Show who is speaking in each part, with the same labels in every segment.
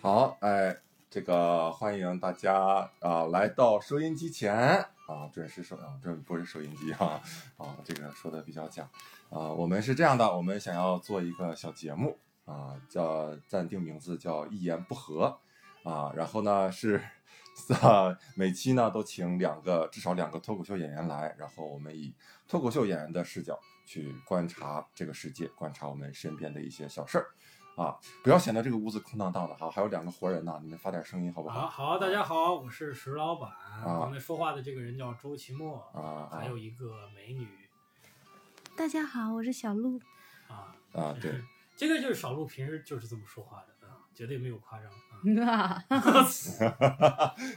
Speaker 1: 好，哎，这个欢迎大家啊、来到收音机前啊，准时收啊，这不是收音机哈啊这个说的比较假啊。我们是这样的，我们想要做一个小节目啊，叫暂定名字叫一言不合啊，然后呢是啊，每期呢都请两个至少两个脱口秀演员来，然后我们以脱口秀演员的视角去观察这个世界，观察我们身边的一些小事儿。啊，不要显得这个屋子空荡荡的哈，还有两个活人呢，你们发点声音好不好？
Speaker 2: 好好，大家好，我是石老板。刚才说话的这个人叫周奇墨，
Speaker 1: 啊
Speaker 2: 还有一个美女
Speaker 3: 大家好，我是小鹿。
Speaker 2: 啊，
Speaker 1: 啊，对，
Speaker 2: 这个就是小鹿平时就是这么说话的啊，绝对没有夸张啊，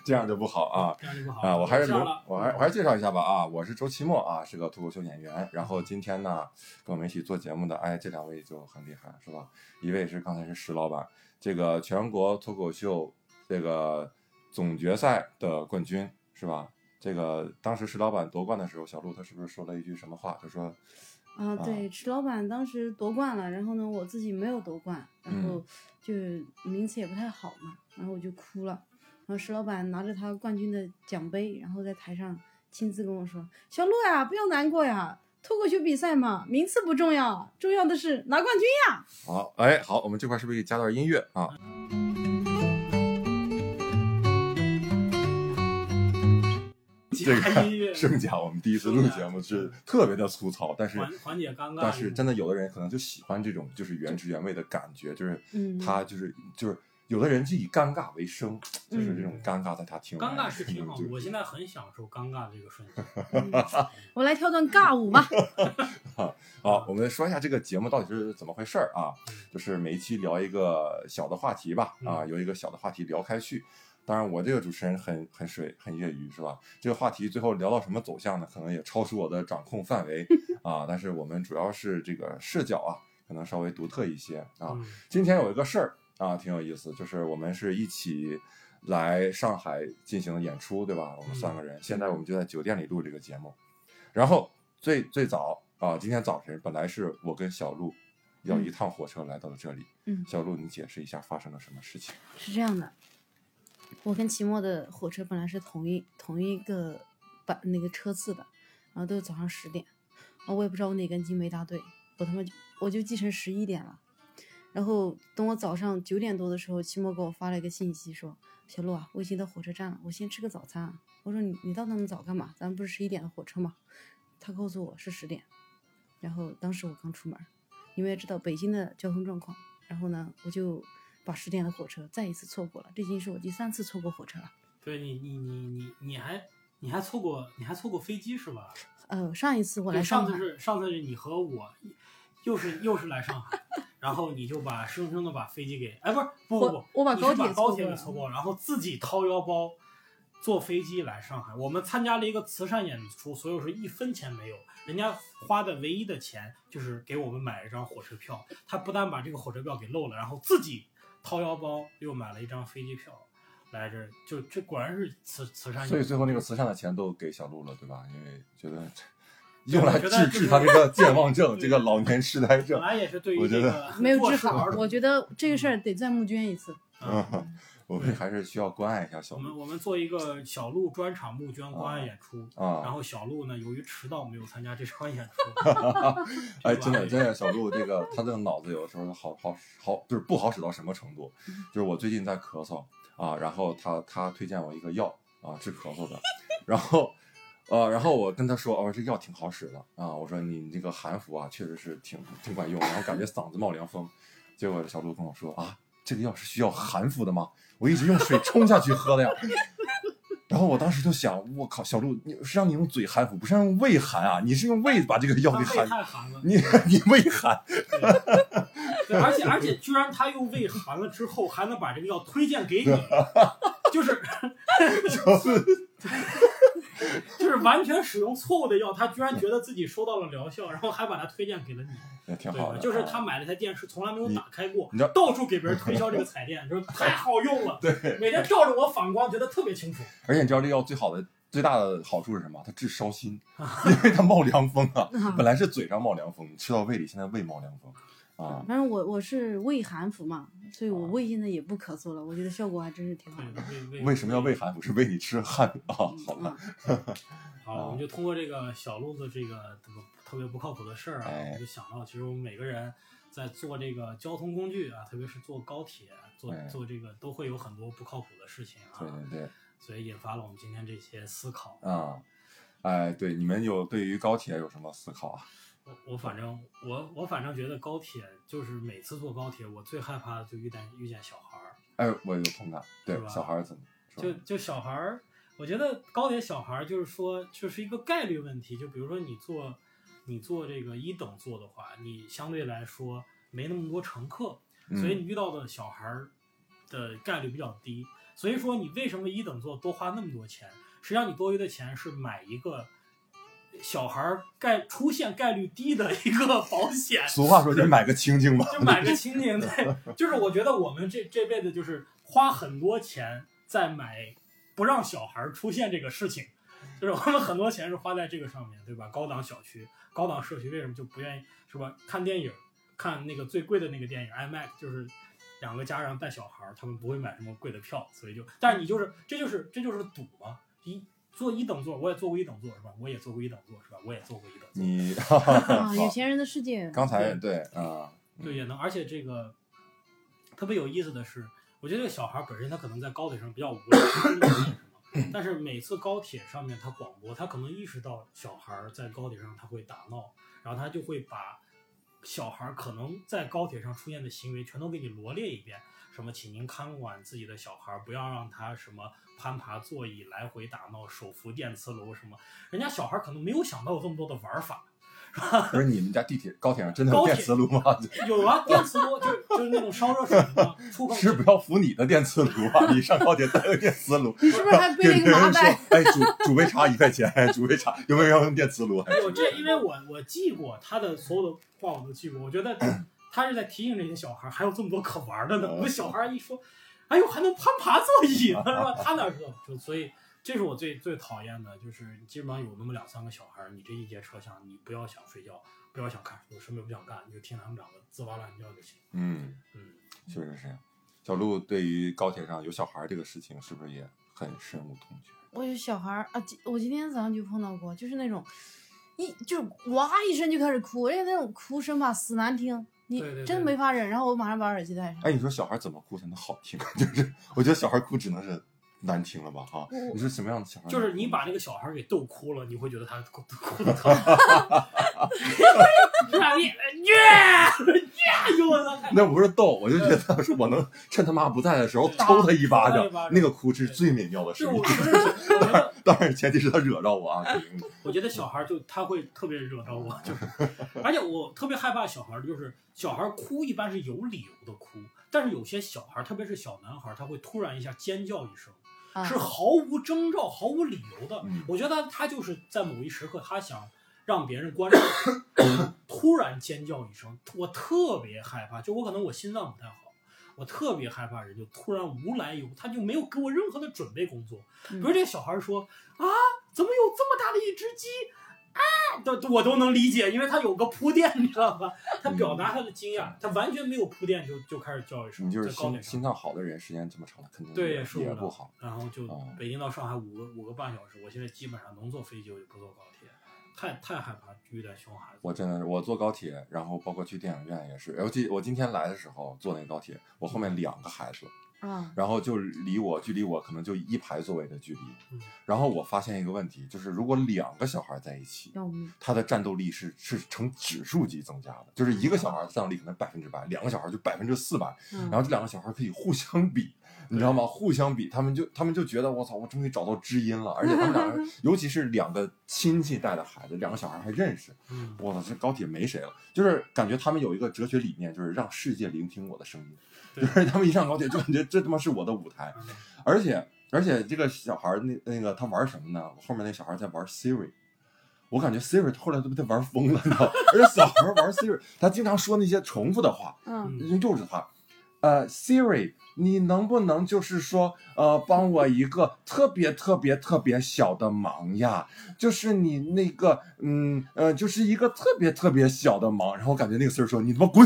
Speaker 1: 这样就不好啊。
Speaker 2: 这样就不好
Speaker 1: 啊，我还是
Speaker 2: 笑
Speaker 1: 留
Speaker 2: 了，
Speaker 1: 我还我还是介绍一下吧啊，我是周奇墨啊，是个脱口秀演员。然后今天呢，跟我们一起做节目的，哎，这两位就很厉害，是吧？一位是刚才是石老板，这个全国脱口秀这个总决赛的冠军，是吧？这个当时石老板夺冠的时候，小鹿他是不是说了一句什么话？就说
Speaker 3: 啊，对，池老板当时夺冠了，然后呢，我自己没有夺冠，然后就名次也不太好嘛，然后我就哭了。然后石老板拿着他冠军的奖杯，然后在台上亲自跟我说：“小鹿呀，不要难过呀，脱口秀比赛嘛，名次不重要，重要的是拿冠军呀。
Speaker 1: 好，哎，好，我们这块是不是可以加段音乐啊？这
Speaker 2: 加 音乐
Speaker 1: 个盛甲，我们第一次录节目是特别的粗糙，但是
Speaker 2: 缓缓解尴尬。
Speaker 1: 但是真的有的人可能就喜欢这种就是原汁原味的感觉，就是
Speaker 3: 嗯
Speaker 1: 他就是就是有的人就以尴尬为生，就是这种尴尬在他听来
Speaker 2: 嗯尴尬 是挺好
Speaker 1: 嗯就，
Speaker 2: 我现在很享受尴尬的这个瞬间。
Speaker 3: 嗯我来跳段尬舞吧。
Speaker 1: 好，我们说一下这个节目到底是怎么回事儿啊？就是每一期聊一个小的话题吧，啊，由一个小的话题聊开去。当然，我这个主持人很很水，很业余，是吧？这个话题最后聊到什么走向呢？可能也超出我的掌控范围 啊。但是我们主要是这个视角啊，可能稍微独特一些啊。
Speaker 2: 嗯
Speaker 1: 今天有一个事儿啊，挺有意思，就是我们是一起来上海进行演出，对吧？我们三个人，现在我们就在酒店里录这个节目。然后最最早啊，今天早晨本来是我跟小鹿要一趟火车来到了这里。
Speaker 3: 嗯
Speaker 1: 小鹿，你解释一下发生了什么事情？
Speaker 3: 是这样的，我跟期末的火车本来是同一同一个班那个车次的，然后都是早上十点，然后我也不知道我哪根筋没搭对，我他妈就我就记成十一点了。然后等我早上九点多的时候，期末给我发了一个信息说：“小鹿啊，我已经到火车站了，我先吃个早餐啊。”我说你：“你到那么早干嘛？咱们不是十一点的火车吗？”他告诉我是十点，然后当时我刚出门儿，你们也知道北京的交通状况，然后呢，我就把十点的火车再一次错过了，这已经是我第三次错过火车了。
Speaker 2: 对你你你你你还你还错过你还错过飞机是吧？
Speaker 3: 呃，上一次我来
Speaker 2: 对上
Speaker 3: 上
Speaker 2: 次
Speaker 3: 海，
Speaker 2: 是上次是你和我，又是又是来上 海，然后你就把生生的把飞机给，哎，不是不不不
Speaker 3: 我，我把
Speaker 2: 你
Speaker 3: 高
Speaker 2: 是把
Speaker 3: 铁
Speaker 2: 高
Speaker 3: 错
Speaker 2: 铁给
Speaker 3: 过了
Speaker 2: 错过，然后自己掏腰包坐飞机来上海。我们参加了一个慈善演出，所以说一分钱没有，人家花的唯一的钱就是给我们买了一张火车票。他不但把这个火车票给漏了，然后自己掏腰包又买了一张飞机票。来这儿就这果然是慈慈善演出，
Speaker 1: 所以最后那个慈善的钱都给小鹿了，对吧？因为觉得用来
Speaker 2: 我觉得
Speaker 1: 治
Speaker 2: 就
Speaker 1: 治
Speaker 2: 是
Speaker 1: 他这个健忘症，这
Speaker 2: 对
Speaker 1: 个老年痴呆
Speaker 2: 本
Speaker 1: 症。
Speaker 2: 来也是对于
Speaker 1: 我
Speaker 2: 这
Speaker 1: 觉
Speaker 2: 个
Speaker 3: 没有
Speaker 2: 过
Speaker 3: 治
Speaker 2: 世
Speaker 3: 好
Speaker 2: 儿，童
Speaker 3: 我觉得这个事
Speaker 2: 嗯
Speaker 3: 儿得再募捐一次。
Speaker 2: 啊
Speaker 1: 嗯，我们还是需要关爱一下小
Speaker 2: 我们
Speaker 1: 鹿
Speaker 2: 我们做一个小鹿专场募捐关爱演出，
Speaker 1: 啊。
Speaker 2: 然后小鹿呢，由于迟到没有参加这场演出。
Speaker 1: 哎，真的，真的，小鹿这个他这个脑子有的时候好好好，就是不好使到什么程度。就是我最近在咳嗽啊，然后他他推荐我一个药啊，治咳嗽的，然后呃，然后我跟他说，哦，这药挺好使的啊，我说你你这个含服啊，确实是挺挺管用，然后感觉嗓子冒凉风。结果小鹿跟我说啊，这个药是需要含服的吗？我一直用水冲下去喝的呀。然后我当时就想，我靠，小鹿，你是让你用嘴含服，不是让用胃含啊？你是用胃把这个药
Speaker 2: 他
Speaker 1: 给含
Speaker 2: 胃太寒 了，
Speaker 1: 你 你胃寒，
Speaker 2: 对，而且而且居然他又胃寒了之后还能把这个药推荐 给你，就是就是完全使用错误的药，他居然觉得自己收到了疗效，然后还把它推荐给了你，
Speaker 1: 也挺
Speaker 2: 对
Speaker 1: 好
Speaker 2: 吧？
Speaker 1: 的。啊
Speaker 2: 就是他买了台电视从来没有打开过
Speaker 1: 你知道，
Speaker 2: 到处给别人推销这个彩电，就是太好用了，
Speaker 1: 对，
Speaker 2: 每天照着我反光，觉得特别清楚。
Speaker 1: 而且你知道这药最好的最大的好处是什么？它治烧 心，因为它冒凉风啊。
Speaker 3: 啊
Speaker 1: 本来是嘴上冒凉风，吃到胃里，现在胃冒凉风。啊，
Speaker 3: 反正我我是胃寒服嘛，所以我
Speaker 2: 哦
Speaker 1: 啊
Speaker 3: 胃现在也不咳嗽了，我觉得效果还真是
Speaker 2: 哎
Speaker 3: 挺好的。
Speaker 2: 为
Speaker 1: 为什么要喂韩服？是喂你吃啊汉堡。好吧，
Speaker 3: 嗯，
Speaker 2: 好，
Speaker 1: 啊
Speaker 2: 我们就通过这个小鹿的这个怎么特别不靠谱的事儿啊，
Speaker 1: 哎
Speaker 2: 我们就想到，其实我们每个人在坐这个交通工具啊，特别是坐高铁、坐
Speaker 1: 哎
Speaker 2: 坐这个，都会有很多不靠谱的事情
Speaker 1: 对
Speaker 2: 啊，
Speaker 1: 对对。
Speaker 2: 所以引发了我们今天这些思考。
Speaker 1: 啊、哎，对，你们有对于高铁有什么思考啊？
Speaker 2: 我我反正我我反正觉得高铁就是每次坐高铁，我最害怕的就遇见遇见小孩儿，
Speaker 1: 哎，我有同感，对
Speaker 2: 是，吧
Speaker 1: 小孩儿怎么说？
Speaker 2: 就就小孩儿，我觉得高铁小孩儿就是说，就是一个概率问题。就比如说你坐，你坐这个一等座的话，你相对来说没那么多乘客，
Speaker 1: 嗯
Speaker 2: 所以你遇到的小孩儿的概率比较低。所以说你为什么一等座多花那么多钱？实际上你多余的钱是买一个小孩儿概出现概率低的一个保险。
Speaker 1: 俗话说，你买个清净吧。
Speaker 2: 就买个清净，对，就是我觉得我们这这辈子就是花很多钱在买不让小孩儿出现这个事情，就是我们很多钱是花在这个上面，对吧？高档小区、高档社区为什么就不愿意是吧？看电影，看那个最贵的那个电影 IMAX，就是两个家长带小孩儿，他们不会买什么贵的票，所以就，但是你就是这就是这就是赌嘛，一。坐一等座，我也坐过一等座，是吧？我也坐过一等座，是吧？我也坐过一等座，
Speaker 1: 你 哈哈哈
Speaker 3: 啊，
Speaker 1: 好
Speaker 3: 有钱人的世界，
Speaker 1: 刚才对啊，
Speaker 2: 对，也能，而且这个特别有意思的是，我觉得这个小孩本身他可能在高铁上比较无聊，不知道为什
Speaker 1: 嗯
Speaker 2: 么 但是每次高铁上面他广播，他可能意识到小孩在高铁上他会打闹，然后他就会把小孩可能在高铁上出现的行为全都给你罗列一遍，什么请您看管自己的小孩，不要让他什么攀爬座椅、来回打闹、手扶电磁炉什么，人家小孩可能没有想到有这么多的玩法。
Speaker 1: 不是你们家地铁高铁上真的有
Speaker 2: 高铁
Speaker 1: 电磁炉吗？
Speaker 2: 有啊，电磁炉就是就是那种烧热水嘛，触 控
Speaker 1: 是不要扶你的电磁炉啊！你上高铁带个电磁炉，
Speaker 3: 你 是不是还背了一
Speaker 1: 给
Speaker 3: 个麻
Speaker 1: 人说
Speaker 3: 袋？，
Speaker 1: 哎，煮煮杯茶一块钱，煮杯茶有没有要用电磁炉？啊还
Speaker 2: 哎，我
Speaker 1: 是
Speaker 2: 这因为我我记过他的所有的话，我都记过。我觉得他是在提醒这些小孩儿，还有这么多可玩的呢。我们小孩儿一说，哎呦，还能攀爬座椅呢，是吧？他哪知道？就所以，这是我最最讨厌的，就是基本上有那么两三个小孩儿，你这一节车厢，你不要想睡觉，不要想看书，什么也不想干，你就听他们两个滋哇乱叫就行。
Speaker 1: 嗯，
Speaker 2: 嗯，
Speaker 1: 确实是这样。小鹿对于高铁上有小孩儿这个事情，是不是也很深恶痛绝？
Speaker 3: 我有小孩儿啊，今我今天早上就碰到过，就是那种一就是哇一声就开始哭，而且那种哭声吧死难听，你
Speaker 2: 对对对
Speaker 3: 真的没法忍。然后我马上把耳机戴上。
Speaker 1: 哎，你说小孩怎么哭才能好听？啊 就是我觉得小孩哭只能是难听了吧，哈、
Speaker 3: 我
Speaker 1: 你说什么样的小孩？
Speaker 2: 就是你把那个小孩儿给逗哭了，你会觉得他哭哭的特好。 你虐虐，我操！
Speaker 1: 那不是逗，我就觉得 是我能趁他妈不在的时候
Speaker 2: 对
Speaker 1: 抽他一巴
Speaker 2: 抽他
Speaker 1: 掌
Speaker 2: 一巴，掌
Speaker 1: 那个哭是最美妙的
Speaker 2: 是
Speaker 1: 声
Speaker 2: 我
Speaker 1: 音
Speaker 2: 不。是，我觉得
Speaker 1: 当然，前提是他惹着我啊。肯定
Speaker 2: 我觉得小孩就他会特别惹到我，就是，而且我特别害怕小孩，就是小孩哭一般是有理由的哭，但是有些小孩，特别是小男孩，他会突然一下尖叫一声，
Speaker 3: 啊，
Speaker 2: 是毫无征兆、毫无理由的
Speaker 1: 嗯。
Speaker 2: 我觉得他就是在某一时刻，他想让别人关注，突然尖叫一声，我特别害怕，就我可能我心脏不太好。我特别害怕人就突然无来由，他就没有给我任何的准备工作，比如
Speaker 3: 嗯
Speaker 2: 这小孩说啊，怎么有这么大的一只鸡？啊，都我都能理解，因为他有个铺垫，你知道吧？他表达他的惊讶，他完全没有铺垫就就开始叫一声，
Speaker 1: 你就是
Speaker 2: 在高
Speaker 1: 心
Speaker 2: 点
Speaker 1: 心
Speaker 2: 上。
Speaker 1: 脏好的人，时间这么长了，肯定
Speaker 2: 对，
Speaker 1: 也
Speaker 2: 也受
Speaker 1: 也
Speaker 2: 不
Speaker 1: 不
Speaker 2: 了
Speaker 1: 好。。
Speaker 2: 然后就
Speaker 1: 嗯
Speaker 2: 北京到上海五个五个半小时，我现在基本上能坐飞机我就不坐高铁，太太害怕遇见熊孩子。
Speaker 1: 我真的是，我坐高铁，然后包括去电影院也是。我记我今天来的时候坐那个高铁，我后面两个孩子，
Speaker 3: 啊，
Speaker 1: 然后就离我距离我可能就一排座位的距离
Speaker 2: 嗯。
Speaker 1: 然后我发现一个问题，就是如果两个小孩在一起，
Speaker 3: 要命！
Speaker 1: 他的战斗力是是呈指数级增加的，就是一个小孩儿战斗力可能百分之百，两个小孩儿就百分之四百，
Speaker 3: 嗯
Speaker 1: 然后这两个小孩儿可以互相比，你知道吗？互相比，他们就他们就觉得我操，我终于找到知音了，而且他们两个人，尤其是两个亲戚带的孩子，两个小孩儿还认识，
Speaker 2: 嗯，
Speaker 1: 我操，这高铁没谁了，就是感觉他们有一个哲学理念，就是让世界聆听我的声音，
Speaker 2: 对
Speaker 1: 就是他们一上高铁就感觉这他妈是我的舞台，而且而且这个小孩儿那那个他玩什么呢？我后面那小孩在玩 Siri，我感觉 Siri 后来都被他玩疯了，你知道？而且小孩玩 Siri，他经常说那些重复的话，
Speaker 3: 嗯
Speaker 2: 嗯
Speaker 1: 诱使他。呃，Siri，你能不能就是说，呃，帮我一个特别特别特别小的忙呀？就是你那个，嗯，呃，就是一个特别特别小的忙。然后我感觉那个 Siri 说：“你他妈滚！”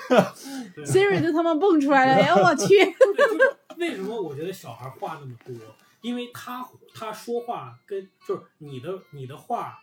Speaker 3: Siri 都他妈蹦出来了，哎我去！
Speaker 2: 对就是为什么我觉得小孩话那么多？因为他他说话跟就是你的你的话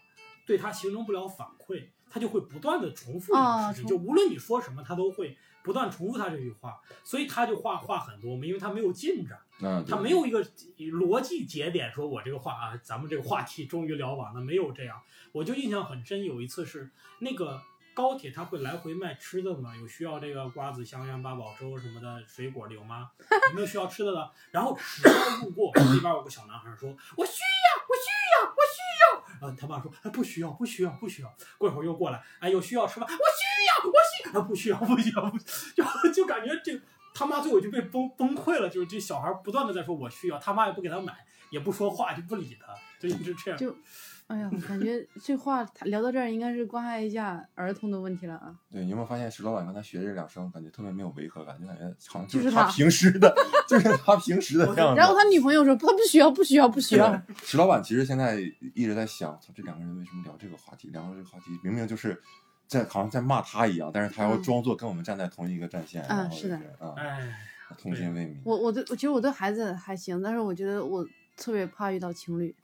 Speaker 2: 对他形成不了反馈，他就会不断的重复这
Speaker 3: 啊
Speaker 2: 个事情，
Speaker 3: 重
Speaker 2: 就无论你说什么，他都会不断重复他这句话，所以他就话话很多嘛，因为他没有进展，
Speaker 1: 嗯，
Speaker 2: 他没有一个逻辑节点，说我这个话啊，咱们这个话题终于聊完了，没有这样。我就印象很深，有一次是那个高铁，他会来回卖吃的嘛，有需要这个瓜子、香芋、八宝粥什么的水果的有吗？ 有没有需要吃的的？然后只要路过，那边有个小男孩说：“我需要，我需要，我需要。”呃，他爸说：“哎，不需要，不需要，不需要。”过一会儿又过来，哎，有需要吃吗？我需要，我需要，啊不需要，不需要，不需要，就就感觉这他妈最后就被崩崩溃了，就是这小孩不断的在说我需要，他妈也不给他买，也不说话，就不理他，就一直这样。
Speaker 3: 就， 哎呀，我感觉这话聊到这儿，应该是关爱一下儿童的问题了啊。
Speaker 1: 对，你有没有发现石老板刚才学这两声，感觉特别没有违和感，就感觉好像
Speaker 3: 就
Speaker 1: 就是是他
Speaker 3: 他
Speaker 1: 平时的， 就是他平时的样子。
Speaker 3: 然后他女朋友说：“他不需要，不需要，不需要。
Speaker 1: 对石老板其实现在一直在想，操这两个人为什么聊这个话题？聊这个话题明明就是在好像在骂他一样，但是他要
Speaker 3: 嗯
Speaker 1: 装作跟我们站在同一个战线，
Speaker 3: 啊
Speaker 1: 然后
Speaker 3: 是的
Speaker 1: 就是啊，
Speaker 2: 哎，
Speaker 1: 童心未泯。
Speaker 3: 我我对我其实我对孩子还行，但是我觉得我特别怕遇到情侣。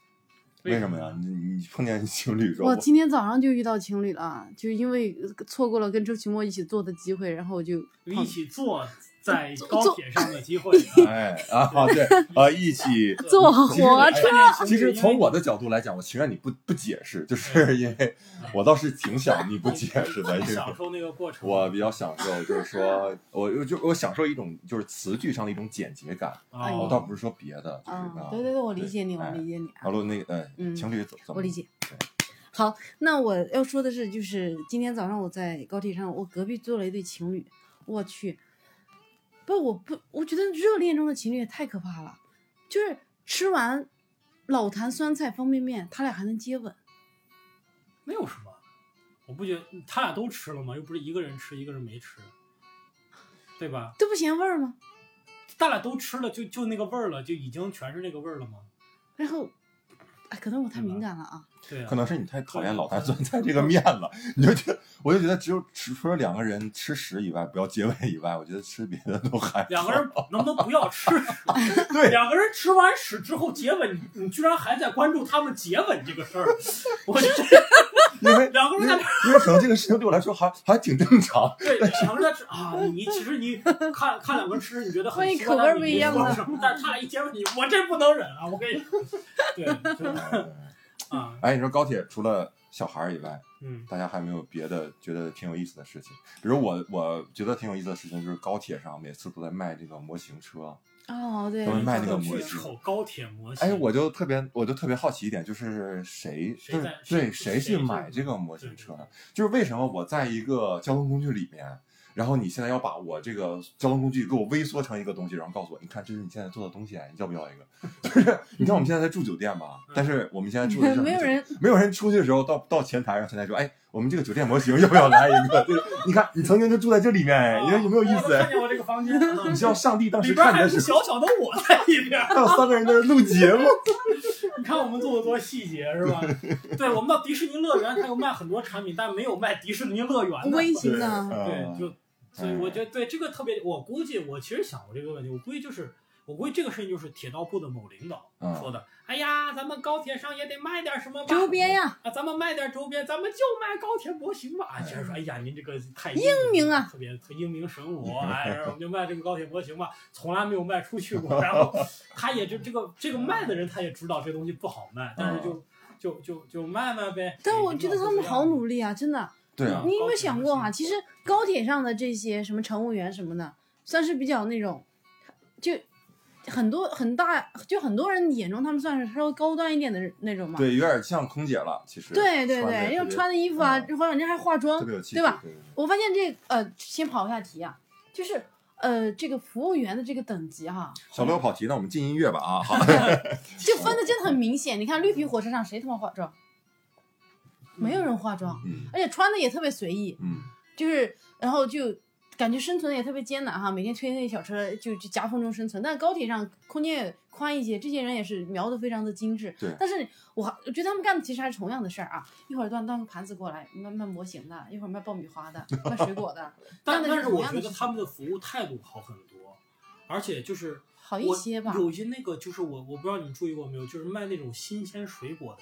Speaker 1: 为什么呀？？你你碰见情侣说
Speaker 3: 我今天早上就遇到情侣了，啊就因为错过了跟周奇墨一起做的机会，然后我就
Speaker 2: 一起坐在高
Speaker 3: 嗯坐
Speaker 2: 铁上的机会，
Speaker 1: 哎啊对啊一起。
Speaker 3: 坐火
Speaker 1: 其实哎
Speaker 3: 车。
Speaker 1: 其实从我的角度来讲，我情愿你不不解释，就是因为我倒是挺想 你不解释的，因为
Speaker 2: 享受那个过程。啊
Speaker 1: 我比较享受，就是说，我就我享受一种就是词句上的一种简洁感，
Speaker 3: 哎
Speaker 2: 啊，
Speaker 1: 我哦倒不是说别的，就是
Speaker 3: 啊、
Speaker 1: 啊，
Speaker 3: 对对对，我理解你，我
Speaker 1: 哎
Speaker 3: 理解你啊
Speaker 1: 老。陆那个，哎
Speaker 3: 嗯
Speaker 1: 情侣怎怎么？
Speaker 3: 我理解
Speaker 1: 对。
Speaker 3: 好，那我要说的是，就是今天早上我在高铁上，我隔壁坐了一对情侣，我去，不，我不，我觉得热恋中的情侣也太可怕了，就是吃完老坛酸菜方便面，他俩还能接吻，
Speaker 2: 没有什么，我不觉得他俩都吃了吗？又不是一个人吃，一个人没吃，对吧？
Speaker 3: 这不嫌味儿吗？
Speaker 2: 他俩都吃了，就就那个味儿了，就已经全是那个味儿了吗？
Speaker 3: 然后，哎，可能我太
Speaker 2: 对吧
Speaker 3: 敏感了啊，
Speaker 2: 对啊，
Speaker 1: 可能是你太讨
Speaker 3: 嗯
Speaker 1: 厌老坛酸菜这个面了，你就觉得，我就觉得只有除除了两个人吃屎以外，不要结尾以外，我觉得吃别的都还
Speaker 2: 两个人能不能不要吃？
Speaker 1: 对
Speaker 2: 两个人吃完屎之后接吻，你你居然还在关注他们接吻这个事儿，我这
Speaker 1: 因为
Speaker 2: 两个
Speaker 1: 因
Speaker 2: 人
Speaker 1: 为
Speaker 2: 在
Speaker 1: 因为可能这个事情对我来说还还挺正常，
Speaker 2: 对，两个人在吃啊，你你其实你看看两个人吃，你觉得很
Speaker 3: 万一
Speaker 2: 奇
Speaker 3: 口
Speaker 2: 怪，但
Speaker 3: 味儿
Speaker 2: 是
Speaker 3: 不
Speaker 2: 你
Speaker 3: 一样啊
Speaker 2: 说
Speaker 3: 呢
Speaker 2: 什么但是他俩一接吻，你我这不能忍啊！我跟你说，对，就是
Speaker 3: 嗯
Speaker 2: 啊，
Speaker 1: 哎，你说高铁除了小孩儿以外，
Speaker 2: 嗯
Speaker 1: 大家还没有别的觉得挺有意思的事情？比如我，我觉得挺有意思的事情就是高铁上每次都在卖这个模型车，
Speaker 3: 哦，对
Speaker 1: 他，们卖那个模
Speaker 2: 巨
Speaker 1: 型。
Speaker 2: 丑高铁模型，啊
Speaker 1: 哎，我就特别，我就特别好奇一点，就是谁，就
Speaker 2: 谁在
Speaker 1: 是对谁
Speaker 2: 谁谁
Speaker 1: 去
Speaker 2: 在
Speaker 1: 买这个模型车呢？就是为什么我在一个交通工具里面，然后你现在要把我这个交通工具给我微缩成一个东西，然后告诉我，你看这是你现在做的东西，啊你要不要一个？ 就是你看我们现在在住酒店吧
Speaker 2: 嗯，
Speaker 1: 但是我们现在住的是
Speaker 3: 没有人，
Speaker 1: 没有人出去的时候，到到前台，让前台说，哎，我们这个酒店模型要不要来一个？对，你看你曾经就住在这里面，哎，你看有没有意
Speaker 2: 我都
Speaker 1: 思
Speaker 2: 看？见我这个房间，嗯
Speaker 1: 你像上帝当
Speaker 2: 里
Speaker 1: 时
Speaker 2: 边
Speaker 1: 看
Speaker 2: 还
Speaker 1: 你
Speaker 2: 有
Speaker 1: 的
Speaker 2: 个
Speaker 1: 时候，
Speaker 2: 小小的我在里边，
Speaker 1: 还有三个人在那录节 目。
Speaker 2: 你看我们做的多细节是吧？对，我们到迪士尼乐园，它有卖很多产品，但没有卖迪士尼乐园的
Speaker 3: 微型的，
Speaker 2: 对，
Speaker 1: 嗯
Speaker 2: 就所以我觉得对这个特别，我估计我其实想过这个问题，我估计就是我估计这个事情就是铁道部的某领导
Speaker 1: 嗯
Speaker 2: 说的，哎呀，咱们高铁上也得卖点什么吧
Speaker 3: 周边呀，
Speaker 2: 啊，咱们卖点周边，咱们就卖高铁模型吧。其实说，哎呀，您这个太英
Speaker 3: 嗯明啊，
Speaker 2: 特别特英明神武， 哎，然后我们就卖这个高铁模型吧，从来没有卖出去 过。然后他也这这个这个卖的人他也知道这东西不好卖，但是就就就就卖卖呗。
Speaker 3: 嗯但我觉得他们好
Speaker 2: 力，
Speaker 3: 努力啊，真的。
Speaker 1: 对
Speaker 2: 啊
Speaker 1: 啊，
Speaker 3: 你有
Speaker 2: 高
Speaker 3: 没
Speaker 2: 铁
Speaker 3: 有想
Speaker 2: 模
Speaker 3: 过
Speaker 2: 型
Speaker 3: 啊？其实高铁上的这些什么乘务员什么的，算是比较那种，就很多很大，就很多人眼中他们算是稍微高端一点的人那种嘛。
Speaker 1: 对，有点像空姐了，其实。
Speaker 3: 对对
Speaker 1: 得特
Speaker 3: 对，
Speaker 1: 别
Speaker 3: 要穿的衣服啊，
Speaker 1: 嗯
Speaker 3: 或者人家还化妆
Speaker 1: 特，别有气质，
Speaker 3: 对吧
Speaker 1: 对？对
Speaker 3: 我发现这呃，先跑一下题啊，就是呃，这个服务员的这个等级哈、
Speaker 1: 小六跑题，那我们进音乐吧啊！ 好，
Speaker 3: 就分的真的很明显。你看绿皮火车上谁他妈化妆？没有人化妆，
Speaker 1: 嗯
Speaker 3: 而且穿的也特别随意，
Speaker 1: 嗯，
Speaker 3: 就是然后就感觉生存也特别艰难哈，每天推那小车就就夹缝中生存。但高铁上空间也宽一些，这些人也是描的非常的精致。
Speaker 1: 对
Speaker 3: 但是我还我觉得他们干的其实还是同样的事儿啊，一会儿端端个盘子过来，卖卖模型的，一会儿卖爆米 花的，卖水果的，
Speaker 2: 但
Speaker 3: 干的
Speaker 2: 但
Speaker 3: 是
Speaker 2: 是
Speaker 3: 同
Speaker 2: 我
Speaker 3: 样
Speaker 2: 觉
Speaker 3: 的
Speaker 2: 得
Speaker 3: 事
Speaker 2: 他
Speaker 3: 情
Speaker 2: 们的服务态度好很多，而且就是
Speaker 3: 好一
Speaker 2: 我
Speaker 3: 些吧。
Speaker 2: 有一些那个就是我我不知道你们注意过没有，就是卖那种新鲜水果的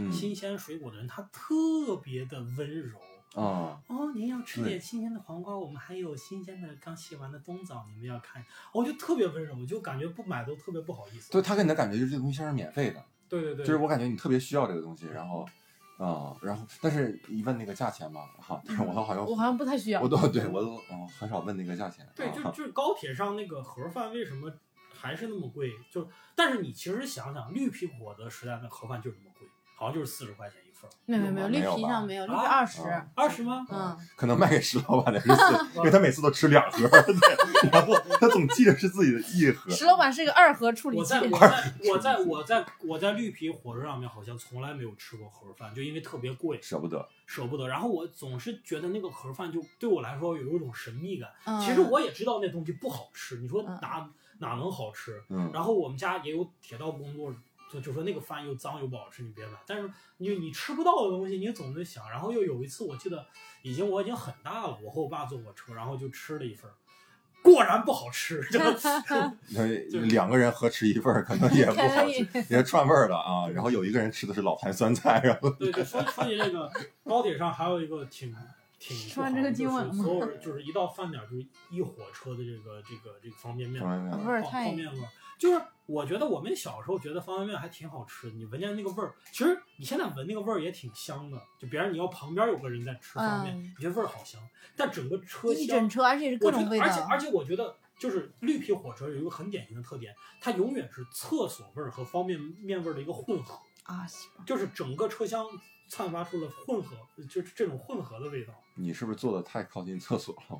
Speaker 2: 人，
Speaker 1: 嗯
Speaker 2: 新鲜水果的人他特别的温柔。
Speaker 1: 啊，
Speaker 2: 哦，您要吃
Speaker 1: 对
Speaker 2: 点新鲜的黄瓜，我们还有新鲜的刚洗完的冬枣，你们要看。哦我就特别温柔，就感觉不买都特别不好意思。
Speaker 1: 就他给你的感觉就是这东西像是免费的，
Speaker 2: 对对对，
Speaker 1: 就是我感觉你特别需要这个东西，然后啊，然后但是一问那个价钱吧，哈，但是我好像
Speaker 3: 我好像不太需要
Speaker 1: 我。都对我都嗯很少问那个价钱，
Speaker 2: 对，就
Speaker 1: 啊
Speaker 2: 就是高铁上那个盒饭为什么还是那么贵？就但是你其实想想，绿皮火的时代的盒饭就是那么贵，好像就是四十块钱一份儿，
Speaker 3: 没有没有，绿
Speaker 1: 没有
Speaker 3: 皮
Speaker 1: 吧
Speaker 3: 上没有，绿皮
Speaker 2: 啊
Speaker 3: 二十。
Speaker 1: 啊
Speaker 2: 二十吗？
Speaker 3: 嗯，
Speaker 1: 可能卖给石老板的是四， 因为他每次都吃两盒，对，然后他总记得是自己的一盒，
Speaker 3: 石老板是个二核处理
Speaker 2: 我
Speaker 3: 器
Speaker 2: 在。我在我在我在我在绿皮火车上面好像从来没有吃过盒饭，就因为特别贵，
Speaker 1: 舍不得，
Speaker 2: 舍不得。然后我总是觉得那个盒饭就对我来说有一种神秘感。
Speaker 3: 嗯
Speaker 2: 其实我也知道那东西不好吃，你说
Speaker 3: 嗯
Speaker 2: 哪哪能好吃？
Speaker 1: 嗯，
Speaker 2: 然后我们家也有铁道工作，就就说那个饭又脏又不好吃，你别买。但是你你吃不到的东西，你总得想。然后又有一次，我记得已经我已经很大了，我和我爸坐火车，然后就吃了一份儿，果然不好吃， 就
Speaker 1: 那
Speaker 2: 就是
Speaker 1: 两个人合吃一份儿，可能也不好
Speaker 3: 可
Speaker 1: 吃
Speaker 3: 以，
Speaker 1: 也串味儿了啊。然后有一个人吃的是老坛酸菜，然后
Speaker 2: 对，就说说起这个高铁上还有一个挺挺不
Speaker 3: 说完
Speaker 2: 好
Speaker 3: 这个
Speaker 2: 的
Speaker 3: 今晚
Speaker 2: 就是 所有人就是一到饭点儿就是一火车的这个这个这个方便面
Speaker 1: 方便
Speaker 3: 味
Speaker 1: 面
Speaker 3: 儿
Speaker 2: 方
Speaker 3: 太
Speaker 2: 哦方便味儿，就是我觉得我们小时候觉得方便面还挺好吃的，你闻见那个味儿，其实你现在闻那个味儿也挺香的。就别人你要旁边有个人在吃方便面，
Speaker 3: 嗯
Speaker 2: 你觉得味儿好香，但整个车
Speaker 3: 一
Speaker 2: 厢
Speaker 3: 整，车，而且是各
Speaker 2: 我觉
Speaker 3: 种味
Speaker 2: 得，而且
Speaker 3: 道。
Speaker 2: 而且我觉得就是绿皮火车有一个很典型的特点，它永远是厕所味儿和方便面味儿的一个混合，
Speaker 3: 啊，
Speaker 2: 就是整个车厢散发出了混合，就是这种混合的味道。
Speaker 1: 你是不是坐的太靠近厕所了？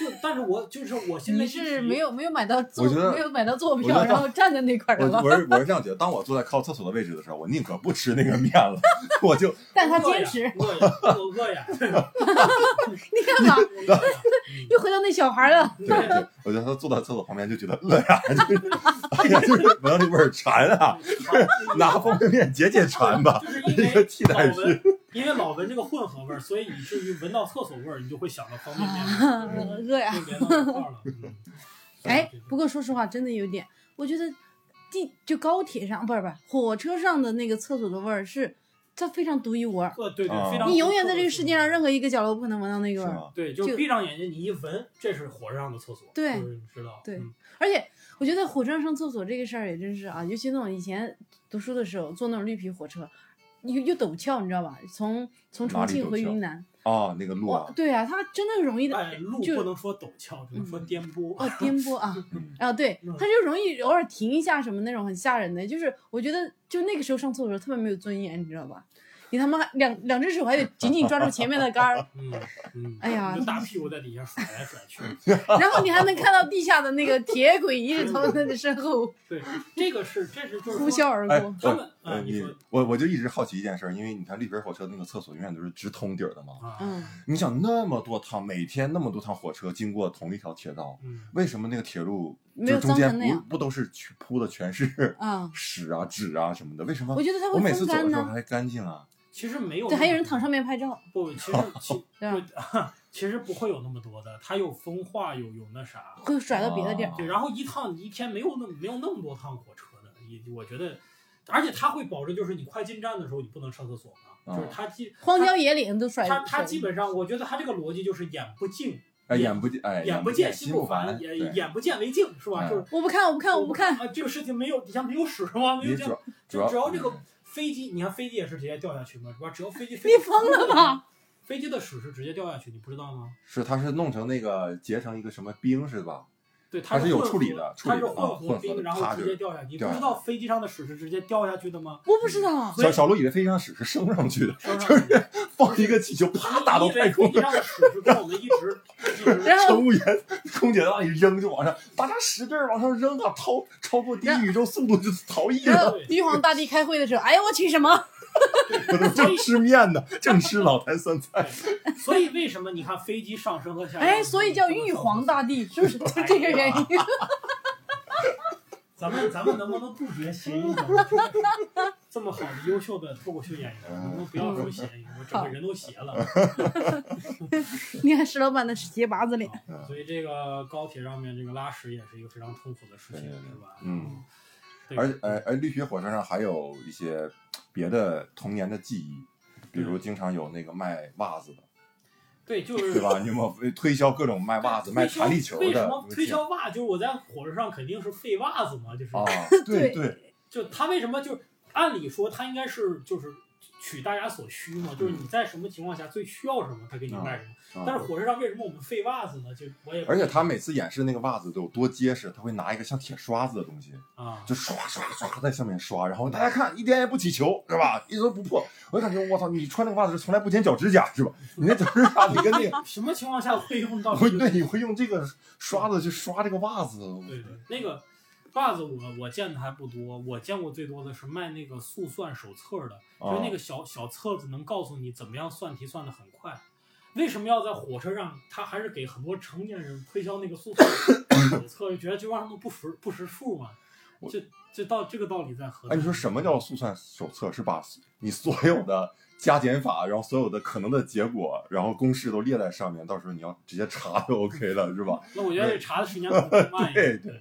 Speaker 2: 就但是我就是我现在
Speaker 3: 你
Speaker 2: 一
Speaker 3: 是
Speaker 2: 提
Speaker 3: 没有没有买到坐
Speaker 1: 我觉得
Speaker 3: 没有买到坐
Speaker 1: 我觉
Speaker 3: 票，
Speaker 1: 得
Speaker 3: 然后站在那 块儿
Speaker 1: 我
Speaker 3: 的吗？
Speaker 1: 我是我是这样觉得，当我坐在靠厕所的位置的时候，我宁可不吃那个面了， 我就
Speaker 3: 但他
Speaker 2: 饿
Speaker 3: 坚
Speaker 2: 呀
Speaker 3: 持，
Speaker 2: 饿呀，我饿呀，对吧？
Speaker 3: 你干嘛？
Speaker 2: 我饿呀嗯
Speaker 3: 又回到那小孩儿了。
Speaker 1: 对对，我觉得他坐到厕所旁边就觉得饿呀， 就是哎呀，就是闻到这味儿馋啊，拿方便面解解馋 吧，
Speaker 2: 就 是
Speaker 1: 一个替
Speaker 2: 因为
Speaker 1: 代
Speaker 2: 老
Speaker 1: 品
Speaker 2: 闻，因为老闻这个混合味儿，所以以至于闻到厕所味儿，你就会想到方便
Speaker 3: 啊
Speaker 2: 面味 儿，
Speaker 3: 饿呀！
Speaker 2: 就连到一块儿了。嗯
Speaker 3: 哎，不过说实话，真的有点，我觉得地就高铁上不是不是火车上的那个厕所的味儿是它非常独一无二，
Speaker 2: 呃，对
Speaker 1: 啊
Speaker 2: 对，非常。
Speaker 3: 你永远在这个世界上任何一个角落不可能闻到那
Speaker 1: 是啊
Speaker 3: 个味儿。
Speaker 1: 吗？
Speaker 2: 对，就
Speaker 3: 就
Speaker 2: 闭上眼睛，你一闻，这是火车上的厕所，
Speaker 3: 对
Speaker 2: 就是你知道，
Speaker 3: 对
Speaker 2: 嗯
Speaker 3: 而且我觉得火车上上厕所这个事儿也真是啊，尤其那种以前读书的时候坐那种绿皮火车，又又陡峭，你知道吧？从从
Speaker 1: 哪里陡
Speaker 3: 重庆回
Speaker 1: 峭
Speaker 3: 云南，
Speaker 1: 啊，那个路
Speaker 3: 哇
Speaker 1: 啊，，
Speaker 3: 对啊，它真的容易的
Speaker 2: 哎，路
Speaker 3: 就
Speaker 2: 不能说陡峭，只能说颠簸。，
Speaker 3: 哦， 颠 簸啊
Speaker 1: 嗯，
Speaker 3: 啊，对，他就容易偶尔停一下什么那种很吓人的，就是我觉得就那个时候上厕所特别没有尊严，你知道吧？你他妈两两只手还得紧紧抓住前面的杆儿
Speaker 2: 嗯嗯，
Speaker 3: 哎呀嗯
Speaker 2: 你就大屁股在底下甩来甩去。
Speaker 3: 然后你还能看到地下的那个铁轨一直从他的身后
Speaker 2: 对，这个是这是就是说
Speaker 3: 呼啸而
Speaker 1: 哎
Speaker 3: 过，。
Speaker 2: 他们
Speaker 1: 呃，
Speaker 2: 啊，你
Speaker 1: 你
Speaker 2: 说
Speaker 1: 我我就一直好奇一件事儿，因为你看绿皮火车那个厕所永远都是直通底儿的嘛。
Speaker 2: 啊，
Speaker 3: 嗯，
Speaker 1: 你想那么多趟，每天那么多趟火车经过同一条铁道，
Speaker 2: 嗯，
Speaker 1: 为什么那个铁路
Speaker 3: 没
Speaker 1: 就
Speaker 3: 有
Speaker 1: 是中
Speaker 3: 脏
Speaker 1: 间
Speaker 3: 成那
Speaker 1: 不
Speaker 3: 样
Speaker 1: 不都是全铺的全是
Speaker 3: 啊！
Speaker 1: 屎啊、纸啊什么的？为什么
Speaker 3: 我觉得它
Speaker 1: 我
Speaker 3: 会
Speaker 1: 每次
Speaker 3: 风
Speaker 1: 走的
Speaker 3: 干
Speaker 1: 时候
Speaker 3: 呢。
Speaker 1: 还干净啊？
Speaker 2: 其实没有那
Speaker 3: 对，
Speaker 2: 么。
Speaker 3: 还有人躺上面拍照，
Speaker 2: 不，其实其
Speaker 3: 对啊
Speaker 2: 不其实不会有那么多的，它有风化，有有那啥。
Speaker 3: 会甩到别的地儿
Speaker 1: 啊。
Speaker 2: 对，然后一趟一天没有那么没有那么多趟火车的，也我觉得，而且它会保证就是你快进站的时候你不能上厕所
Speaker 1: 啊
Speaker 2: 嘛，就是它基
Speaker 3: 荒郊野岭都甩。
Speaker 2: 它它
Speaker 3: 甩
Speaker 2: 基本上我觉得它这个逻辑就是眼不净
Speaker 1: 哎，
Speaker 2: 眼
Speaker 1: 眼不见哎，
Speaker 2: 眼
Speaker 1: 不
Speaker 2: 见
Speaker 1: 见心
Speaker 2: 不
Speaker 1: 烦，
Speaker 2: 也
Speaker 1: 对
Speaker 2: 眼不见为净是吧？
Speaker 1: 哎
Speaker 2: 就是
Speaker 3: 我不看，我不看，我
Speaker 2: 不
Speaker 3: 不看。
Speaker 2: 啊，这个事情没有底下没有屎吗？没
Speaker 1: 你主
Speaker 2: 有这样
Speaker 1: 要，主
Speaker 2: 就
Speaker 1: 要
Speaker 2: 只要这个飞机，你看飞机也是直接掉下去嘛，是吧？只要飞机飞
Speaker 3: 你疯了吧？
Speaker 2: 飞机的屎是直接掉下去，你不知道吗？
Speaker 1: 是它是弄成那个结成一个什么冰是吧？
Speaker 2: 对，
Speaker 1: 它是
Speaker 2: 是
Speaker 1: 有
Speaker 2: 混
Speaker 1: 处理
Speaker 2: 合
Speaker 1: 的处
Speaker 2: 它
Speaker 1: 理
Speaker 2: 是
Speaker 1: 的啊
Speaker 2: 混
Speaker 1: 混合
Speaker 2: 合
Speaker 1: 的
Speaker 2: 冰，然
Speaker 1: 啪
Speaker 2: 后直
Speaker 1: 就
Speaker 2: 接掉下去。你
Speaker 1: 掉
Speaker 2: 不
Speaker 1: 下
Speaker 2: 知道飞机上的屎是直接掉下去的吗？
Speaker 3: 我不 知道，
Speaker 2: 所
Speaker 1: 小
Speaker 2: 以
Speaker 1: 小鹿以为飞机上屎是升上去的，
Speaker 2: 升上去的
Speaker 1: 放一个气球啪打到
Speaker 2: 你以为
Speaker 1: 太空
Speaker 2: 飞，机上的屎是跟 我们一直一直
Speaker 3: 然后
Speaker 1: 乘务员、空姐往一扔就往上，把它使劲儿往上扔啊，超超过第一宇宙速度就逃逸
Speaker 3: 然
Speaker 1: 了。
Speaker 3: 后玉皇大帝开会的时候，哎呀，我去什么？
Speaker 1: 我都正吃面呢，正吃老坛酸菜。
Speaker 2: 所以为什么你看飞机上升和下降？
Speaker 3: 哎，所以叫玉皇大帝，是不是就这个原因？
Speaker 2: 咱们咱们能不能不学谐音梗？ 这么好的优秀的脱口秀演员，能不能不要说谐音？我整个人都邪了。
Speaker 3: 你看石老板的鞋拔子脸，
Speaker 2: 啊
Speaker 1: 嗯
Speaker 2: 所以这个高铁上面这个拉屎也是一个非常痛苦的事情，
Speaker 1: 对
Speaker 2: 是吧？
Speaker 1: 嗯
Speaker 2: 对，
Speaker 1: 而而而绿皮火车上还有一些别的童年的记忆，比
Speaker 2: 嗯
Speaker 1: 如经常有那个卖袜子的，
Speaker 2: 对，就是
Speaker 1: 对吧？你有没有推销各种卖袜子、卖
Speaker 2: 推销
Speaker 1: 弹力球
Speaker 2: 为什
Speaker 1: 的
Speaker 2: 么？推销袜？就是我在火车上肯定是废袜子嘛， 就是、
Speaker 1: 啊，对对，
Speaker 2: 就他为什么就按理说他应该是就是取大家所需嘛，就是你在什么情况下最需要什么，他给你卖什么。
Speaker 1: 嗯
Speaker 2: 但是火车上为什么我们废袜子呢？就我也不
Speaker 1: 而且他每次演示那个袜子都有多结实，他会拿一个像铁刷子的东西，
Speaker 2: 啊，
Speaker 1: 就刷刷刷在上面刷，然后大家看一点也不起球，是吧？一直都不破。我就感觉我操，你穿那个袜子是从来不剪脚趾甲是吧？你那脚趾甲你跟那个，
Speaker 2: 什么情况下会用 到？
Speaker 1: 会对，你会用这个刷子去刷这个袜子。
Speaker 2: 对对，那个袜子我我见的还不多，我见过最多的是卖那个速算手册的，就是
Speaker 1: 哦
Speaker 2: 那个小小册子能告诉你怎么样算题算的很快。为什么要在火车上？他还是给很多成年人推销那个速算手册， 就觉得这帮人都不识不识数嘛。
Speaker 1: 我
Speaker 2: 这这道这个道理在何？
Speaker 1: 哎，你说什么叫速算手册？是把你所有的加减法，然后所有的可能的结果，然后公式都列在上面，到时候你要直接查就 OK 了，是吧？
Speaker 2: 那我觉得这查的时间可能更慢一
Speaker 1: 对
Speaker 2: 点。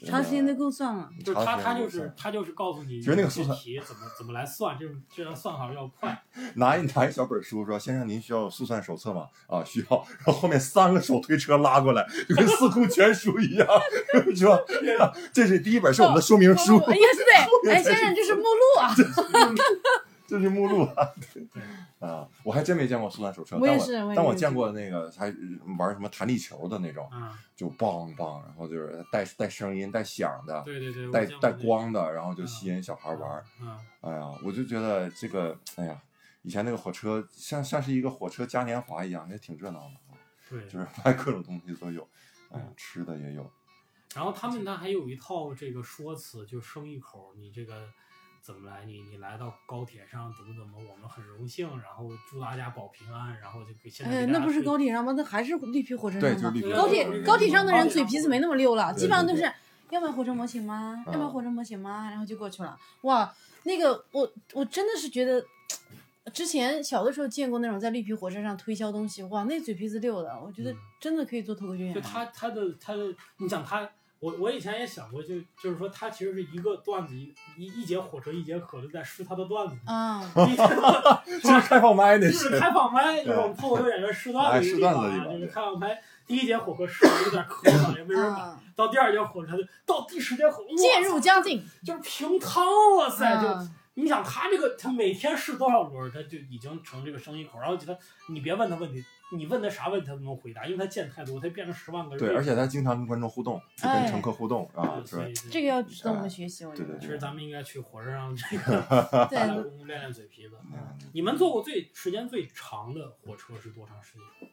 Speaker 1: 对，
Speaker 3: 长时间都够算了。
Speaker 2: 就是他，他就
Speaker 1: 查
Speaker 2: 是
Speaker 1: 询
Speaker 2: 他就是告诉你，
Speaker 1: 其实那个速算
Speaker 2: 题怎么怎么来算，这种这样算法要快。
Speaker 1: 拿一拿一小本书说：“先生，您需要速算手册吗？”啊，需要。然后后面三个手推车拉过来，就跟《四库全书》一样， 是吧？这是第一本是我们的说明书，
Speaker 3: 哎 yes，对，哎先生，这是目录啊，
Speaker 1: 这是目录啊。对啊，我还真没见过速算手册，
Speaker 3: 我
Speaker 1: 但
Speaker 3: 也
Speaker 1: 我
Speaker 3: 是我也
Speaker 1: 但我
Speaker 3: 没
Speaker 1: 见
Speaker 3: 见
Speaker 1: 过那个还玩什么弹力球的那种，
Speaker 2: 啊，
Speaker 1: 就梆梆，然后就是带带声音、带响的，
Speaker 2: 对对对，我
Speaker 1: 带
Speaker 2: 见过
Speaker 1: 带
Speaker 2: 这个
Speaker 1: 光的，然后就吸引小孩玩儿。。
Speaker 2: 嗯，
Speaker 1: 哎呀，我就觉得这个，哎呀，以前那个火车像像是一个火车嘉年华一样，也挺热闹的啊。
Speaker 2: 对，
Speaker 1: 就是卖各种东西都有，哎呀，吃的也有，
Speaker 2: 然后他们那还有一套这个说辞，就生一口，你这个怎么来？你你来到高铁上怎么怎么，我们很荣幸，然后祝大家保平安，然后就给现在
Speaker 3: 哎
Speaker 2: 给大
Speaker 3: 那
Speaker 2: 家
Speaker 3: 不是
Speaker 2: 推
Speaker 3: 高铁上吗？那还是绿皮
Speaker 2: 嗯
Speaker 3: 火车上
Speaker 1: 对就是
Speaker 3: 吗
Speaker 1: 绿？
Speaker 2: 皮
Speaker 3: 高
Speaker 2: 火车
Speaker 3: 铁
Speaker 2: 上
Speaker 3: 高铁上的人
Speaker 2: 高铁
Speaker 3: 嘴
Speaker 2: 上
Speaker 3: 皮子没那么溜了，
Speaker 1: 对
Speaker 3: 基本上都
Speaker 1: 对
Speaker 3: 是要买火车模型吗？
Speaker 1: 嗯
Speaker 3: 要买火车模型吗？然后就过去了。哇，那个我我真的是觉得。之前小的时候见过那种在绿皮火车上推销东西，哇，那嘴皮子溜的，我觉得
Speaker 2: 嗯
Speaker 3: 真的可以做脱口秀演
Speaker 2: 就
Speaker 3: 员。
Speaker 2: 他他的他的，你想他，我我以前也想过，就就是说他其实是一个段子一一一节火车一节课就在试他的 段子。
Speaker 3: 啊，
Speaker 2: 一天到晚
Speaker 1: 就是开放麦那
Speaker 2: 就是开放麦，就是我们脱口秀演员试段子
Speaker 1: 哎
Speaker 2: 一
Speaker 1: 试
Speaker 2: 个地
Speaker 1: 段
Speaker 2: 方
Speaker 1: 子的地方
Speaker 2: 啊，就是
Speaker 1: 对
Speaker 2: 开放麦第一节火车试完有点磕了，也没人买。
Speaker 3: 啊，
Speaker 2: 到第二节火车就到第十节火，哇
Speaker 3: 渐入佳境。
Speaker 2: 就是平汤，哇塞，就
Speaker 3: 啊
Speaker 2: 你想他这个，他每天试多少轮儿，他就已经成这个生意口儿。然后他，你别问他问题，你问他啥问题他都能回答，因为他见太多，他变成十万个 人。
Speaker 1: 对，而且他经常跟观众互动，就跟
Speaker 3: 哎
Speaker 1: 乘客互动啊，
Speaker 2: 对
Speaker 1: 是
Speaker 2: 所
Speaker 1: 吧
Speaker 2: 以
Speaker 3: 这个要值得我们学习，我觉
Speaker 1: 对对
Speaker 3: 得
Speaker 2: 其
Speaker 1: 对。
Speaker 2: 实咱们应该去火车上这个
Speaker 3: 对
Speaker 2: 打打工练练嘴皮子。
Speaker 1: 嗯
Speaker 2: 你们坐过最时间最长的火车是多长时间？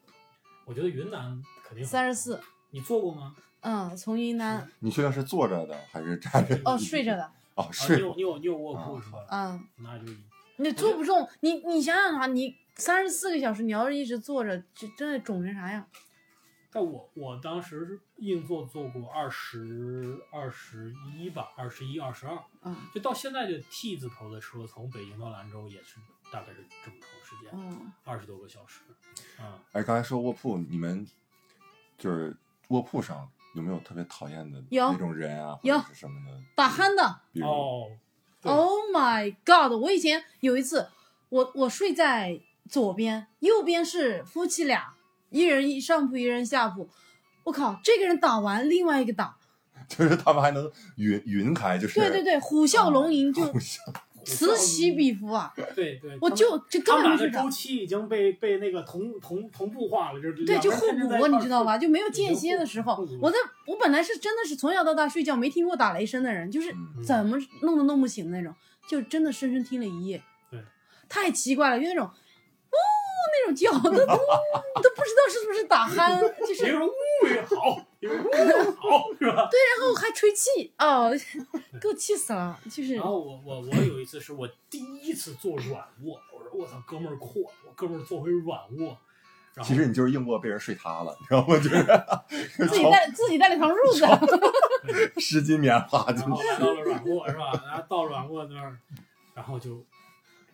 Speaker 2: 我觉得云南肯定很
Speaker 3: 三十，四，
Speaker 2: 你坐过吗？
Speaker 3: 嗯，从云南
Speaker 1: 你确定是坐着的还是站着？
Speaker 3: 哦睡着的，
Speaker 1: 哦，
Speaker 2: 啊，
Speaker 1: 睡
Speaker 2: 你
Speaker 1: 着
Speaker 2: 有你有你有卧
Speaker 1: 啊
Speaker 2: 铺是吧？
Speaker 3: 嗯，
Speaker 2: 那就
Speaker 3: 你坐不重，你你想想啊，你三十四个小时，你要是一直坐着，这真的肿成啥样？
Speaker 2: 但我我当时是硬座坐过二十二十一吧，二十一二十二，
Speaker 3: 嗯
Speaker 2: 就到现在这 T 字头的车，从北京到兰州也是大概是这么长时间，
Speaker 3: 嗯，
Speaker 2: 二十多个小时。啊、
Speaker 1: 哎，刚才说卧铺，你们就是卧铺上有没有特别讨厌的
Speaker 3: 有
Speaker 1: 那种人啊，或
Speaker 3: 有
Speaker 1: 者是什么的？
Speaker 3: 打鼾的
Speaker 1: 比如
Speaker 2: 哦，对
Speaker 3: ，Oh my God！我以前有一次，我我睡在左边，右边是夫妻俩，一人一上铺，一人下铺。我靠，这个人打完，另外一个打，
Speaker 1: 就是他们还能云云开，就是
Speaker 3: 对对对，虎啸龙吟，就此起彼伏啊！
Speaker 2: 对对，
Speaker 3: 我就这
Speaker 2: 他
Speaker 3: 根
Speaker 2: 们俩
Speaker 3: 本没
Speaker 2: 的
Speaker 3: 睡着
Speaker 2: 周。期已经被被那个同同同步化了，就是
Speaker 3: 对，
Speaker 2: 两个
Speaker 3: 就
Speaker 2: 人
Speaker 3: 互
Speaker 2: 天天在
Speaker 3: 补，
Speaker 2: 一块
Speaker 3: 你
Speaker 2: 儿
Speaker 3: 知道吧？就没有间
Speaker 2: 就
Speaker 3: 歇
Speaker 2: 互
Speaker 3: 的
Speaker 2: 补
Speaker 3: 时候
Speaker 2: 互，补
Speaker 3: 我在我本来是真的是从小到大睡觉没听过打雷声的人，就是
Speaker 1: 嗯
Speaker 3: 怎么弄都弄不醒的那种，就真的深深听了一夜。
Speaker 2: 对，
Speaker 3: 太奇怪了，就那种，呜那种叫，都都都不知道是不是打鼾，就
Speaker 2: 谁
Speaker 3: 是
Speaker 2: 说呜物语好，你们物语好是吧？
Speaker 3: 然后还吹气，哦， 给我气死了，就是
Speaker 2: 然后我我我有一次是我第一次坐软卧，我说我操，哥们儿阔，我哥们儿坐回软卧，然后
Speaker 1: 其实你就是硬卧被人睡塌了，你知道吗？就是
Speaker 3: 自己带自己带了床褥 子，
Speaker 1: 床湿巾棉花进
Speaker 2: 然后
Speaker 1: 去，
Speaker 2: 来到了软卧是吧？然后到软卧那儿，然后就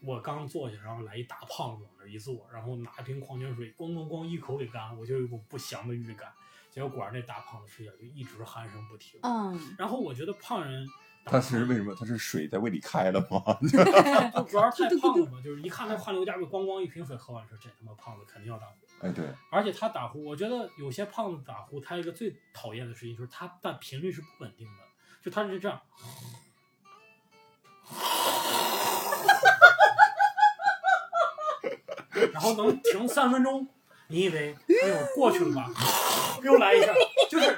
Speaker 2: 我刚坐下，然后来一大胖子往那儿一坐，然后拿一瓶矿泉水咣咣咣一口给干，我就有一股不祥的预感。结果果然那大胖子睡觉就一直鼾声不停。
Speaker 3: 嗯，
Speaker 2: 然后我觉得胖人
Speaker 1: 他
Speaker 2: 打胖，
Speaker 1: 是为什么？他是水在胃里开了吗？
Speaker 2: 就主要是太胖了嘛，就是一看那汗流浃背，咣咣一瓶水喝完，说这他妈胖子肯定要打呼。
Speaker 1: 哎，对，
Speaker 2: 而且他打呼，我觉得有些胖子打呼，他一个最讨厌的事情就是他的频率是不稳定的，就他是这样。然后能停三分钟，你以为哎呦过去了吧？又来一下，就是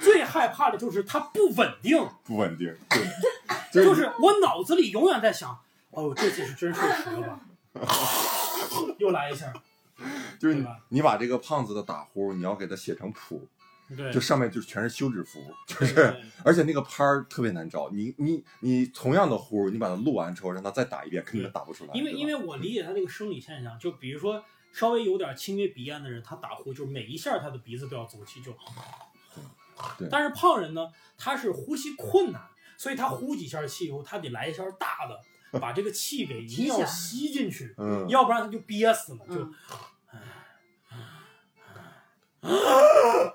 Speaker 2: 最害怕的就是它不稳定，
Speaker 1: 不稳定，对，
Speaker 2: 就是是我脑子里永远在想，哦，这次是真睡实了吧？又来一下，
Speaker 1: 就是
Speaker 2: 对
Speaker 1: 你
Speaker 2: 吧
Speaker 1: 你把这个胖子的打呼，你要给他写成谱，
Speaker 2: 对，
Speaker 1: 就上面就全是休止符，就
Speaker 2: 对
Speaker 1: 是。而且那个拍儿特别难找，你你你同样的呼，你把它录完之后，让他再打一遍，肯定打不出来。
Speaker 2: 因为
Speaker 1: 对吧
Speaker 2: 因为我理解他这个生理现象，就比如说稍微有点轻微鼻炎的人，他打呼就是每一下他的鼻子都要走气，就
Speaker 1: 对。
Speaker 2: 但是胖人呢，他是呼吸困难，所以他呼几下气以后，他得来一下大的，把这个气给一定要吸进去，
Speaker 1: 嗯，
Speaker 2: 要不然他就憋死了，
Speaker 3: 嗯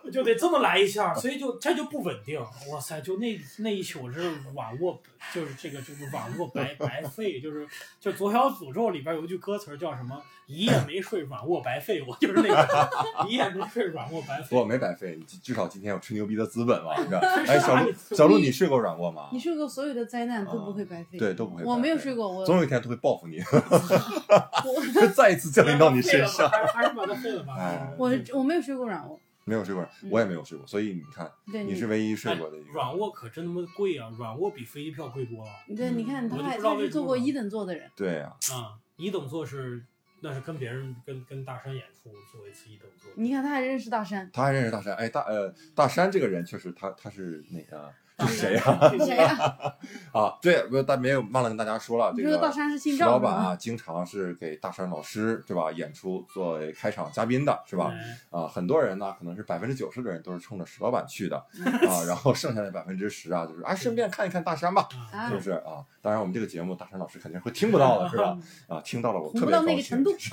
Speaker 2: 就就得这么来一下，所以就这就不稳定。哇塞，就那那一宿是网络，就是这个就是网络 白白费，就是就《左小诅咒》里边有一句歌词儿叫什么“一夜没睡，软卧白费”，我就是那个一夜没睡，软卧白费
Speaker 1: 我。没白费，你至至少今天有吹牛逼的资本吧？ 你知道？哎，
Speaker 2: 是
Speaker 1: 小鹿，小鹿，你睡过软卧吗
Speaker 3: 你？睡过所有的灾难都不会白费，
Speaker 1: 对，都不会。
Speaker 3: 我没有睡，过，我
Speaker 1: 总有一天都会报复 你，
Speaker 3: 我
Speaker 1: 会再一次降 临到你身上。
Speaker 2: 还是 还是把它废了吧
Speaker 1: 哎。
Speaker 3: 我我没有睡过软卧，
Speaker 1: 没有睡过，
Speaker 3: 嗯
Speaker 1: 我也没有睡过，所以你看，
Speaker 3: 对，
Speaker 1: 你是唯一睡过的一个。
Speaker 2: 哎软卧可真他妈贵啊！软卧比飞机票贵多了
Speaker 3: 对，你看他
Speaker 2: 嗯我就
Speaker 3: 还
Speaker 2: 不知道
Speaker 3: 他
Speaker 2: 为什
Speaker 3: 是做
Speaker 2: 么啊
Speaker 3: 过
Speaker 2: 呢
Speaker 3: 一等座的人，
Speaker 1: 对呀，
Speaker 2: 啊！一等座是那是跟别人跟跟大山演出做一次一等座，
Speaker 3: 你看他还认识大山，
Speaker 1: 他还认识大山。哎，大呃，大山这个人确实，他他是哪个？啊
Speaker 2: 大
Speaker 1: 这
Speaker 2: 山
Speaker 1: 是谁呀？
Speaker 3: 谁啊呀？
Speaker 1: 啊，对，不，但没有忘了跟大家说了，
Speaker 3: 你
Speaker 1: 这个
Speaker 3: 说大山是姓
Speaker 1: 石
Speaker 3: 赵
Speaker 1: 老
Speaker 3: 是
Speaker 1: 板
Speaker 3: 吗？
Speaker 1: 啊，经常是给大山老师对吧演出作为开场嘉宾的，是吧？
Speaker 2: 哎
Speaker 1: 啊，很多人呢，可能是百分之九十的人都是冲着石老板去的
Speaker 3: 嗯
Speaker 1: 啊，然后剩下的百分之十啊，就是啊，顺便看一看大山吧，
Speaker 2: 啊
Speaker 3: 啊
Speaker 1: 是不是啊？当然，我们这个节目大山老师肯定会听不到的，是吧？啊，听到了我
Speaker 3: 红
Speaker 1: 特别
Speaker 3: 嗯到
Speaker 1: 高
Speaker 3: 那个
Speaker 1: 兴
Speaker 3: 程度，
Speaker 1: 是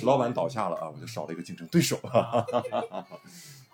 Speaker 1: 石老板倒下了啊，我就少了一个竞争对手，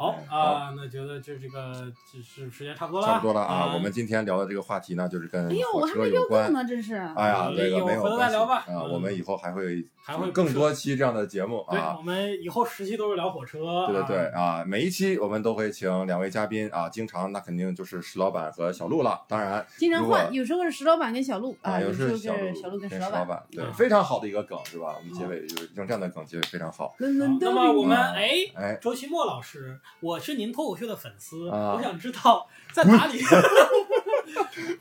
Speaker 2: 好
Speaker 1: 哎
Speaker 2: 啊，那觉得这这个就是时间差不多了，
Speaker 1: 差不多了啊。
Speaker 2: 嗯
Speaker 1: 我们今天聊的这个话题呢，就是跟
Speaker 3: 哎呦，我
Speaker 1: 火
Speaker 3: 还
Speaker 1: 车
Speaker 3: 没
Speaker 1: 有
Speaker 3: 溜够
Speaker 1: 关。
Speaker 3: 呢，真是。
Speaker 1: 哎呀，
Speaker 2: 嗯
Speaker 1: 这个
Speaker 2: 有
Speaker 1: 没有
Speaker 2: 回头
Speaker 1: 关
Speaker 2: 再
Speaker 1: 系
Speaker 2: 聊吧
Speaker 1: 啊，
Speaker 2: 嗯
Speaker 1: 我们以后还会
Speaker 2: 还会
Speaker 1: 更
Speaker 2: 不
Speaker 1: 多期这样的节目
Speaker 2: 对
Speaker 1: 啊，
Speaker 2: 我。们以后十期都是聊火车，
Speaker 1: 对对对
Speaker 2: 啊，
Speaker 1: 啊，每一期我们都会请两位嘉宾啊，经常那肯定就是石老板和小鹿了。当然，
Speaker 3: 经常
Speaker 1: 如
Speaker 3: 换，
Speaker 1: 果
Speaker 3: 有时候是石老板跟小鹿啊，
Speaker 1: 有
Speaker 3: 有时候
Speaker 1: 是
Speaker 3: 是
Speaker 1: 小鹿
Speaker 3: 小鹿跟
Speaker 1: 石
Speaker 3: 石老板。嗯
Speaker 1: 板，对
Speaker 2: 啊，
Speaker 1: 非常好的一个梗是吧？我们结尾就是用这样的梗结尾非常好。
Speaker 3: 伦
Speaker 2: 好
Speaker 3: 伦
Speaker 2: 那
Speaker 3: 敦
Speaker 2: 么我们
Speaker 1: 嗯
Speaker 2: 哎。
Speaker 1: 哎，
Speaker 2: 周奇墨老师，我是您脱口秀的粉丝，
Speaker 1: 啊
Speaker 2: 我想知道在哪里。我
Speaker 3: 周奇墨老师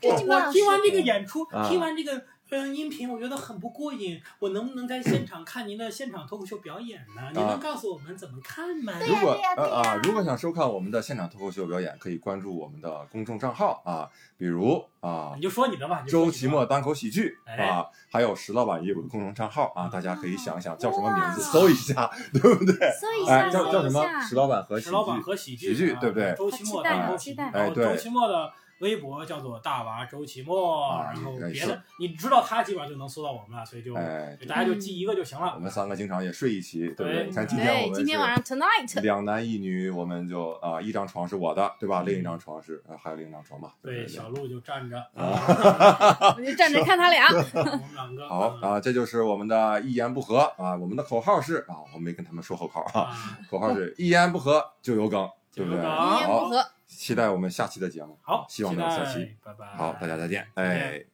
Speaker 2: 我听完这个演出，
Speaker 1: 啊
Speaker 2: 听完这个嗯音频，我觉得很不过瘾。我能不能在现场看您的现场脱口秀表演
Speaker 1: 啊
Speaker 2: 呢？您能告诉我们怎么看吗？
Speaker 1: 如果呃啊，如果想收看我们的现场脱口秀表演，可以关注我们的公众账号啊，比如啊
Speaker 2: 你。就说你的吧。你就说你
Speaker 1: 周
Speaker 2: 的
Speaker 1: 奇墨单口喜剧
Speaker 2: 哎
Speaker 1: 啊，还有石老板也有个公众账号啊，大家可以想一想叫什么名字，
Speaker 3: 哇
Speaker 1: 搜一下，对不对？
Speaker 3: 搜一
Speaker 1: 哎，
Speaker 3: 下，
Speaker 1: 叫叫
Speaker 3: 搜
Speaker 1: 什
Speaker 3: 一
Speaker 1: 么？
Speaker 3: 下
Speaker 1: 石。老板和喜
Speaker 2: 石老板
Speaker 1: 剧
Speaker 2: 和喜
Speaker 1: 喜剧
Speaker 2: 啊
Speaker 1: 对不对
Speaker 2: 周奇墨
Speaker 3: 好期待
Speaker 2: 的
Speaker 3: 好
Speaker 2: 周
Speaker 3: 期
Speaker 2: 奇，
Speaker 3: 待
Speaker 2: 然后
Speaker 1: 哎对
Speaker 2: 周奇墨的微博叫做大娃周奇墨，
Speaker 1: 啊
Speaker 2: 然后
Speaker 1: 哎
Speaker 2: 别
Speaker 1: 是
Speaker 2: 的你知道他基本上就能搜到我们了，所以就
Speaker 1: 哎，
Speaker 2: 就大家就
Speaker 3: 嗯
Speaker 2: 记一个就行了
Speaker 1: 我。们三个经常也睡一起，对不对？
Speaker 2: 对
Speaker 1: 你看今天我
Speaker 3: 对，
Speaker 1: 们
Speaker 3: 哎今天
Speaker 1: 是
Speaker 3: 晚上 tonight，
Speaker 1: 两男一女，我们就啊、一张床是我的，对吧？另一张床是、呃、还有另一张床吧？
Speaker 2: 对，小鹿就站着
Speaker 1: 啊
Speaker 3: 我就站着看他俩。
Speaker 2: 我们两个
Speaker 1: 好
Speaker 2: 嗯
Speaker 1: 啊，这就是我们的一言不合啊。我们的口号是啊，我没跟他们说口号啊，
Speaker 2: 啊，
Speaker 1: 口号是一言不合就有梗，对不对？
Speaker 2: 就有梗
Speaker 3: 一言不
Speaker 1: 好，
Speaker 3: 合。
Speaker 1: 期待我们下期的节目，
Speaker 2: 好，
Speaker 1: 希望能有下期。
Speaker 2: 期待，拜拜。
Speaker 1: 好，大家再见，
Speaker 2: 再见
Speaker 1: 哎。